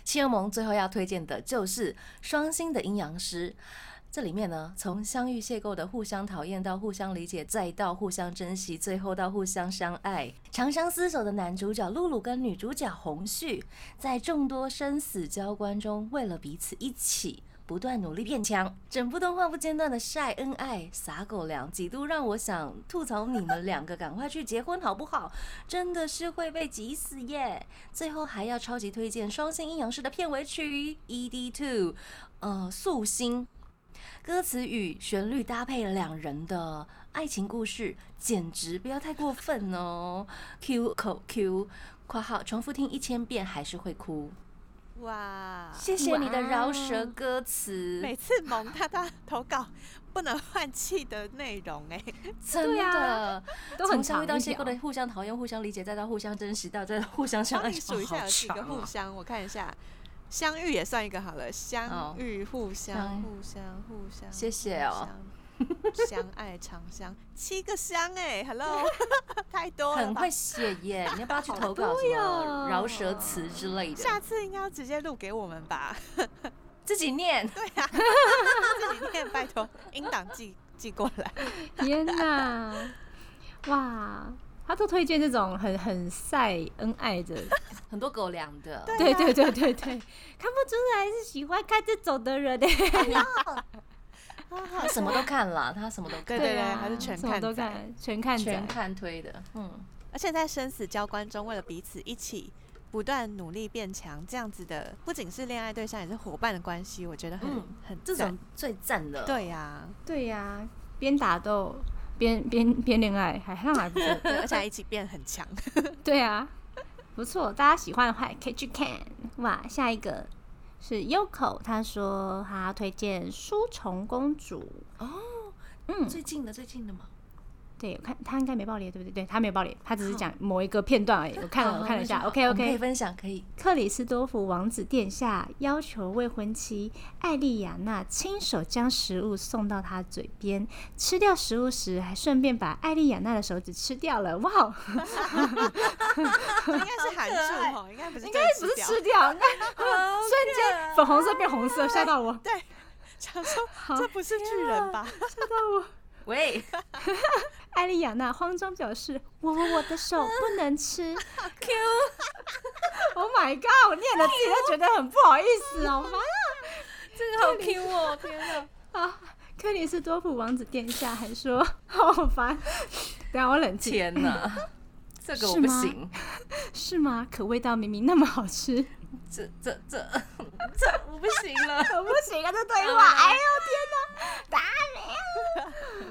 Speaker 1: 七恶萌最后要推荐的就是《双星的阴阳师》。这里面呢，从相遇邂逅的互相讨厌到互相理解，再到互相珍惜，最后到互相相爱，长相厮守的男主角露露跟女主角红旭，在众多生死交关中，为了彼此一起不断努力变强。整部动画不间断的晒恩爱、撒狗粮，几度让我想吐槽你们两个，赶快去结婚好不好？真的是会被急死耶！最后还要超级推荐《双星阴阳师》的片尾曲《ED Two》，呃，素心。歌词与旋律搭配了两人的爱情故事，简直不要太过分哦！Q 口 Q，括号重复听一千遍还是会哭。
Speaker 3: 哇！
Speaker 1: 谢谢你的
Speaker 4: 哇
Speaker 1: 饶舌歌词，
Speaker 3: 每次萌大大投稿不能换气的内容哎、
Speaker 1: 真
Speaker 4: 对
Speaker 1: 的
Speaker 4: 啊都很
Speaker 1: 从相
Speaker 4: 长
Speaker 1: 遇
Speaker 4: 一
Speaker 1: 到
Speaker 4: 条
Speaker 1: 邂逅的互相讨厌、互相理解，再到互相珍惜，到再到互相相
Speaker 3: 帮
Speaker 1: 爱，
Speaker 3: 你数一
Speaker 1: 好
Speaker 3: 下有几
Speaker 1: 长
Speaker 3: 个
Speaker 1: 啊
Speaker 3: 互相，我看一下，相遇也算一个好了，相遇、互相、
Speaker 1: 相
Speaker 3: 互相、互相，
Speaker 1: 谢谢哦
Speaker 3: 互相。相爱长相， 七个相哎、h e l l o 太多了
Speaker 1: 很
Speaker 3: 吧
Speaker 1: 会写耶！你要不要去投稿什么饶舌词之类的？
Speaker 3: 下次应该要直接录给我们吧？
Speaker 1: 自己念。
Speaker 3: 对啊， 自己念，拜托，音档寄寄过来。
Speaker 4: 天哪，哇，他都推荐这种很很晒恩爱的，
Speaker 1: 很多狗粮的，
Speaker 4: 对对对对对，看不出来是喜欢看这种的人的，
Speaker 1: 他啊什么都看了，他什么都看，
Speaker 3: 对对
Speaker 4: 啊
Speaker 3: 还是全
Speaker 4: 什么
Speaker 3: 看
Speaker 4: 都
Speaker 3: 仔
Speaker 4: 看，全看仔
Speaker 1: 全看推的，嗯，
Speaker 3: 而且在生死交关中，为了彼此一起不断努力变强，这样子的不仅是恋爱对象，也是伙伴的关系，我觉得很、
Speaker 1: 嗯
Speaker 3: 很
Speaker 1: 这
Speaker 3: 赞
Speaker 1: 种最赞的，，
Speaker 3: 对啊呀、
Speaker 4: 对呀、边打斗边边边恋爱，还还还不错。
Speaker 3: 对而且还一起变很强。
Speaker 4: 对啊，不错，大家喜欢的话也可以去看。哇，下一个是 Yoko，他说他要推荐《书虫公主》。
Speaker 1: 哦，
Speaker 4: 嗯，
Speaker 1: 最近的最近的嘛，
Speaker 4: 对，我看他应该没爆裂，对不对？对他没有爆裂，他只是讲某一个片段而已。我看了，
Speaker 1: 好
Speaker 4: 我看了一下
Speaker 1: 那就好
Speaker 4: ，OK
Speaker 1: 我们可以
Speaker 4: OK。
Speaker 1: 分享，可 以。
Speaker 4: 克里斯多夫王子殿下要求未婚妻艾丽亚娜亲手将食物送到他嘴边，吃掉食物时还顺便把艾丽亚娜的手指吃掉了。哇，哦
Speaker 3: 应该是含住哦，应该不是，应 该
Speaker 4: 不是吃，掉， 那瞬
Speaker 1: 啊
Speaker 4: 间粉红色变红色，吓到我。
Speaker 3: 对， 想说这不是巨人吧？
Speaker 1: 喂，
Speaker 4: 艾丽亚娜慌张表示：“我我我的手不能吃。” Q。Oh my god！我念了自己都觉得很不好意思，哦好吗？
Speaker 1: 这个好 Q 哦，天哪！
Speaker 4: 啊，克里斯多夫王子殿下还说：“好烦。” 等下我冷 静，
Speaker 1: 天哪， 这个我
Speaker 4: 是
Speaker 1: 不
Speaker 4: 吗
Speaker 1: 行，
Speaker 4: 是吗？可味道明明那么好吃，
Speaker 1: 这这这 这我不行 了。
Speaker 4: 可不行啊！这对话，哎呦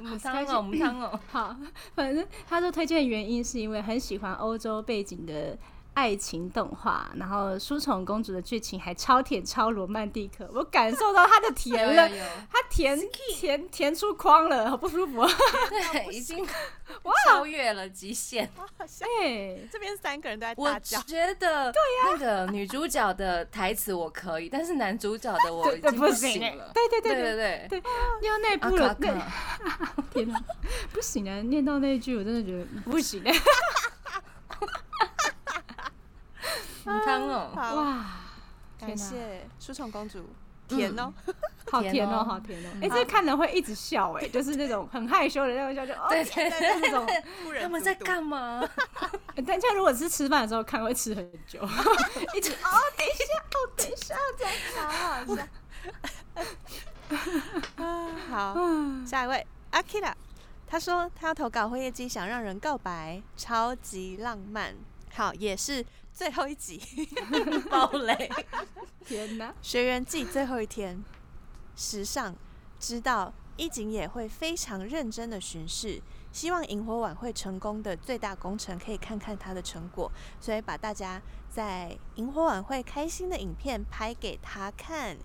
Speaker 1: 母汤哦，母汤 哦，
Speaker 4: 好，反正他说推荐的原因是因为很喜欢欧洲背景的爱情动画，然后《书宠公主》的剧情还超甜超罗曼蒂克，我感受到它的甜了
Speaker 1: 有，有
Speaker 4: 它甜甜甜出框了，好不舒 服、啊。
Speaker 1: 对，已经超越了极限。
Speaker 3: 哇塞，
Speaker 4: 对，
Speaker 3: 这边三个人都在
Speaker 1: 我
Speaker 3: 大叫，
Speaker 1: 觉得那个女主角的台词我可以，但是男主角的我已
Speaker 4: 对
Speaker 1: 经
Speaker 4: 不行
Speaker 1: 行
Speaker 4: 欸
Speaker 1: 了。
Speaker 4: 对对
Speaker 1: 对
Speaker 4: 对对
Speaker 1: 对对，
Speaker 4: 要内
Speaker 1: 阿
Speaker 4: 部
Speaker 1: 卡
Speaker 4: 了，
Speaker 1: 卡
Speaker 4: 那 天哪，不行啊！念到那一句，我真的觉得不行、
Speaker 1: 母汤
Speaker 4: 啊
Speaker 1: 哦，
Speaker 3: 好，
Speaker 4: 哇，
Speaker 3: 感
Speaker 4: 天哪
Speaker 3: 谢书虫公主，甜哦，
Speaker 4: 好
Speaker 1: 甜
Speaker 4: 甜
Speaker 1: 哦
Speaker 4: 哦，好甜哦！哎、这看了会一直笑、哎，就是那种很害羞的那种笑，就哦，
Speaker 1: 对对对，
Speaker 4: 那种。
Speaker 3: 不忍
Speaker 1: 他们
Speaker 3: 卒
Speaker 1: 在
Speaker 3: 读
Speaker 1: 干嘛？
Speaker 4: 欸但他如果是吃饭的时候看，会吃很 久，一直哦，等一下，哦，等一下，这样。
Speaker 3: 好好笑。 啊，好，下一位阿 k i r a 他说他要投稿《灰夜姬》，想让人告白，超级浪漫。好，也是最后一集
Speaker 1: 暴雷，
Speaker 4: 天哪！
Speaker 3: 学员季最后一天，时尚知道一景也会非常认真的巡视，希望萤火晚会成功的最大功臣可以看看他的成果，所以把大家在萤火晚会开心的影片拍给他看，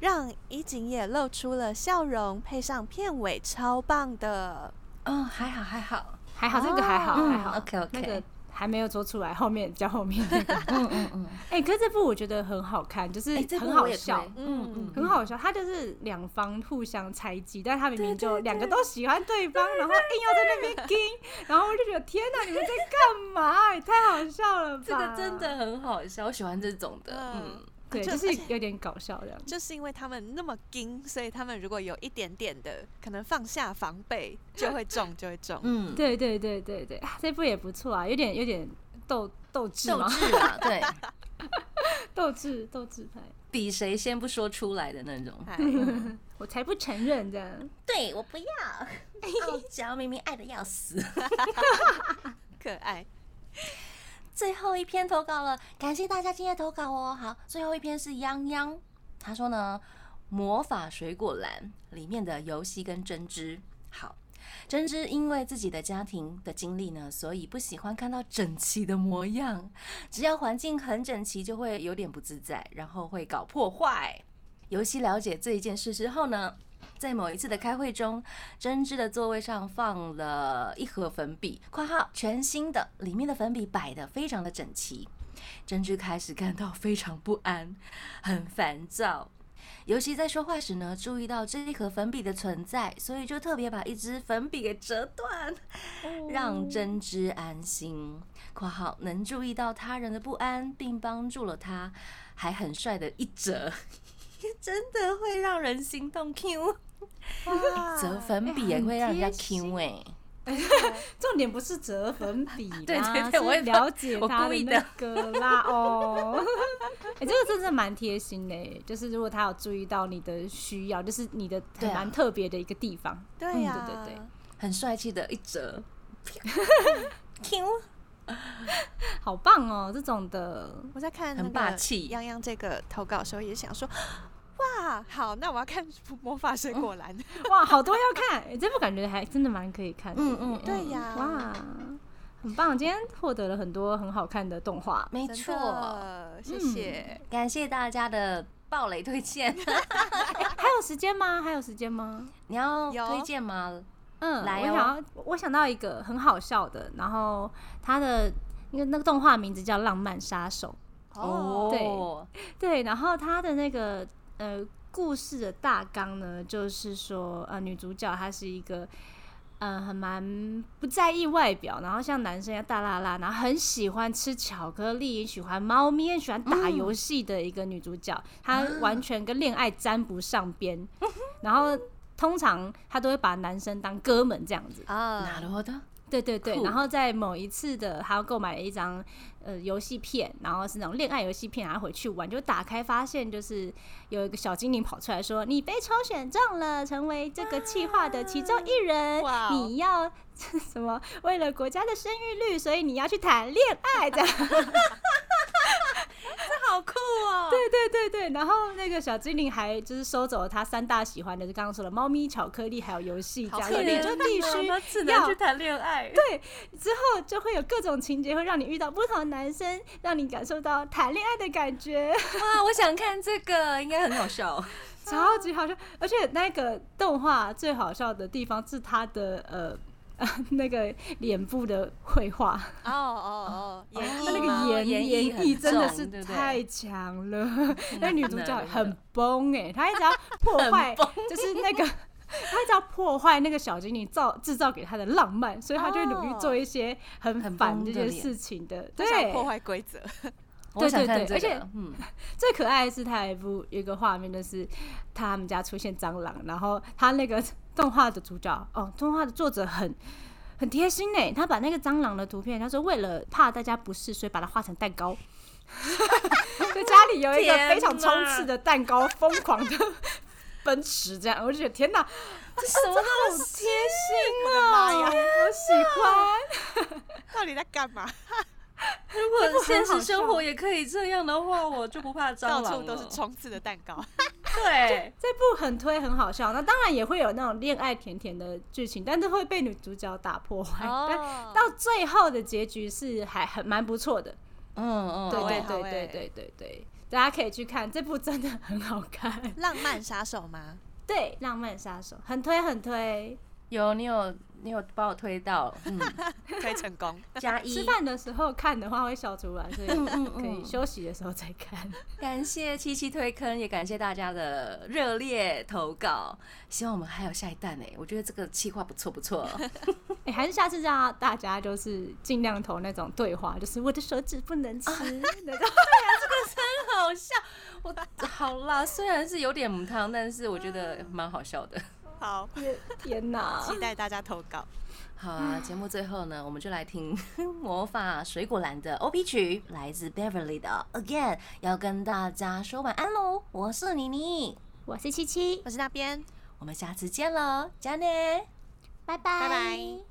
Speaker 3: 让一景也露出了笑容，配上片尾，超棒的。
Speaker 1: 嗯，还好还好，
Speaker 4: 还好这个还好，
Speaker 1: 嗯
Speaker 4: 还好。
Speaker 1: OK，OK
Speaker 4: 那个还没有做出来，后面比较后面那个。
Speaker 1: 嗯嗯嗯，
Speaker 4: 哎，可是这部我觉得很好看，就是
Speaker 1: 哎，这部
Speaker 4: 很好
Speaker 1: 我也
Speaker 4: 笑
Speaker 1: 推，，
Speaker 3: 嗯嗯
Speaker 1: 嗯嗯，
Speaker 4: 很好笑。他就是两方互相猜忌，但他明明
Speaker 1: 对
Speaker 4: 就
Speaker 1: 对对
Speaker 4: 两个都喜欢对方，然后硬要在那边盯，然后我就觉得天哪，你们在干嘛？也太好笑了吧！
Speaker 1: 这个真，的很好笑，我喜欢这种的，嗯
Speaker 3: 嗯。
Speaker 4: 对，
Speaker 3: 就
Speaker 4: 就是
Speaker 3: 而且
Speaker 4: 有点搞笑这样。
Speaker 3: 就是因为他们那么精，所以他们如果有一点点的可能放下防备，就会中，就会中。
Speaker 1: 嗯，
Speaker 4: 对对对对对，啊这部也不错啊，有点有点斗斗志
Speaker 1: 斗
Speaker 4: 嘛，
Speaker 1: 志啊， 对，
Speaker 4: 斗志斗志派，嗯
Speaker 1: 比谁先不说出来的那种。
Speaker 3: 哎
Speaker 4: 我才不承认这样。
Speaker 1: 对我 不要，傲娇明明爱的要死。
Speaker 3: 可爱。
Speaker 1: 最后一篇投稿了，感谢大家今天的投稿哦。好，最后一篇是泱泱，他说呢，魔法水果篮里面的游戏跟针织。好，针织因为自己的家庭的经历呢，所以不喜欢看到整齐的模样，只要环境很整齐，就会有点不自在，然后会搞破坏。尤其了解这一件事之后呢，在某一次的开会中，针织的座位上放了一盒粉笔（括号全新的），里面的粉笔摆得非常的整齐。针织开始感到非常不安，很烦躁。尤其在说话时呢，注意到这一盒粉笔的存在，所以就特别把一支粉笔给折断，让针织安心。（括号能注意到他人的不安，并帮助了他，还很帅的一折， 真的会让人心动 Q。）折粉笔也会让人家
Speaker 4: 很贴心
Speaker 1: Q 哎、
Speaker 4: 重点不是折粉 笔啦，
Speaker 1: 对对对我也
Speaker 4: 是了解
Speaker 1: 我
Speaker 4: 他
Speaker 1: 故意的
Speaker 4: 那个啦哦。 哎、这个真的蛮贴心的耶，就是如果他有注意到你的需要，就是你的
Speaker 1: 对
Speaker 4: 很
Speaker 1: 啊
Speaker 4: 蛮特别的一个地方。
Speaker 3: 嗯对呀、
Speaker 4: 对对对
Speaker 1: 很帅气的一折。Q，
Speaker 4: 好棒哦，这种的
Speaker 3: 我在看那
Speaker 1: 很霸
Speaker 3: 个
Speaker 1: 气
Speaker 3: 泱泱这个投稿的时候，也想说， 哇，好，那我要看魔法水果篮。
Speaker 4: 哇，好多要看，哎这部感觉还真的蛮可以看的耶。
Speaker 1: 嗯嗯，
Speaker 3: 对
Speaker 1: 嗯，
Speaker 3: 呀、
Speaker 4: 哇，很棒！今天获得了很多很好看的动画，
Speaker 1: 没
Speaker 3: 真
Speaker 1: 错，
Speaker 3: 的，谢谢。
Speaker 1: 感谢大家的暴 雷推荐。
Speaker 4: 还有时间吗？还有时间吗？
Speaker 1: 你要
Speaker 3: 有
Speaker 1: 推荐吗？
Speaker 4: 嗯，
Speaker 1: 来
Speaker 4: 我
Speaker 1: 哦
Speaker 4: 想要，我想到一个很好笑的，然后它的那个那个动画名字叫《浪漫杀手》，
Speaker 3: 嗯
Speaker 1: 哦，
Speaker 4: 对，然后它的那个呃故事的大纲呢，就是说呃女主角她是一个呃很蛮不在意外表，然后像男生一样大啦啦，然后很喜欢吃巧克力，也喜欢猫咪，也喜欢打游戏的一个女主角，她完全跟恋爱沾不上边，然后通常她都会把男生当哥们这样子。
Speaker 1: 哪
Speaker 3: 啊，
Speaker 1: 罗的？
Speaker 4: 对对对，呃
Speaker 1: 酷
Speaker 4: 然后在某一次的，他购买了一张呃游戏片，然后是那种恋爱游戏片，然后回去玩，就打开发现就是有一个小精灵跑出来说：“你被抽选中了，成为这个计划的其中一人，
Speaker 3: 哇哦
Speaker 4: 你要什么？为了国家的生育率，所以你要去谈恋 爱。”这样，
Speaker 1: 好酷哦！
Speaker 4: 对对对对。然后那个小精灵还就是收走了他三大喜欢的，就刚刚说的猫咪、巧克力还有游戏，这样
Speaker 3: 好可
Speaker 4: 你
Speaker 3: 怜啊
Speaker 4: 就必须
Speaker 1: 他只
Speaker 4: 要
Speaker 1: 能去谈恋爱。对，
Speaker 4: 之后就会有各种情节，会让你遇到不同的男生，让你感受到谈恋爱的感觉，
Speaker 1: 哇，我想看这个，应该很好笑。
Speaker 4: 超级好笑。而且那个动画最好笑的地方是他的呃。呃 那个脸部的绘画，
Speaker 3: 哦哦哦，演
Speaker 4: 他那
Speaker 3: 绎吗
Speaker 4: 个演
Speaker 1: 嗯演绎
Speaker 4: 演
Speaker 1: 很
Speaker 4: 绎真的
Speaker 1: 重
Speaker 4: 是
Speaker 1: 对不对
Speaker 4: 太强了，那女主角
Speaker 1: 真的
Speaker 4: 很崩哎、她一直要破坏
Speaker 1: 很崩，
Speaker 4: 就是那个，她一直要破坏那个小精灵造制造给她的浪漫，所以她就会努力
Speaker 3: 哦
Speaker 4: 做一些很
Speaker 1: 很
Speaker 4: 反
Speaker 1: 崩
Speaker 4: 这
Speaker 1: 的
Speaker 4: 些
Speaker 1: 脸
Speaker 4: 事情的，
Speaker 3: 他
Speaker 4: 对，
Speaker 3: 想破坏规 则，
Speaker 1: 我想看这
Speaker 4: 对
Speaker 1: 个，
Speaker 4: 对对而且
Speaker 1: 嗯，
Speaker 4: 最可爱的是他有一部有一个画面，就是他们家出现蟑螂，然后他那个动画的主角哦，动画的作者很很贴心呢，他把那个蟑螂的图片，他说为了怕大家不适，所以把它画成蛋糕。 就家里有一个非常冲刺的蛋糕，疯狂的 奔驰，这样我就觉得天哪，
Speaker 1: 这什么那么贴心？
Speaker 3: 我的妈呀，
Speaker 4: 我啊喜欢。
Speaker 3: 到底在干嘛？
Speaker 1: 如果现实生活也可以这样的话，我就不怕蟑
Speaker 3: 到
Speaker 1: 螂了
Speaker 3: 处都是冲刺的蛋糕，
Speaker 1: 对，
Speaker 4: 这部很推，很好笑。那当然也会有那种恋爱甜甜的剧情，但是会被女主角打破坏。但到最后的结局是还很蛮不错的，
Speaker 1: 嗯嗯，
Speaker 4: 对
Speaker 3: 好
Speaker 4: 对
Speaker 3: 欸
Speaker 4: 对
Speaker 3: 好
Speaker 4: 对
Speaker 3: 欸
Speaker 4: 对对对，大家可以去看这部真的很好看。
Speaker 3: 浪漫杀手吗？
Speaker 4: 对，《浪漫杀手》很推很推，
Speaker 1: 有你有你有把我推到，嗯，
Speaker 3: 可以成功，
Speaker 1: 加
Speaker 4: 吃
Speaker 1: 一。
Speaker 4: 饭的时候看的话会笑出来，所以
Speaker 1: 嗯
Speaker 4: 可以
Speaker 1: 嗯
Speaker 4: 休息的时候再看。
Speaker 1: 感谢七七推坑，也感谢大家的热烈投稿。希望我们还有下一弹呢、我觉得这个计划不错不错。
Speaker 4: 哎，还是下次让大家就是尽量投那种对话，就是我的手指不能吃 那种。
Speaker 1: 好笑，我好啦，虽然是有点母汤，但是我觉得蛮好笑的。
Speaker 3: 好，
Speaker 4: 天哪！
Speaker 3: 期待大家投稿。
Speaker 1: 好啊，节目最后呢，我们就来听 魔法水果篮的 OP 曲，来自 Beverly 的 Again，要跟大家说晚安喽。我是妮妮，
Speaker 4: 我是七七，
Speaker 3: 我是那边，
Speaker 1: 我们下次见喽，加内。
Speaker 4: 拜拜
Speaker 3: 拜拜。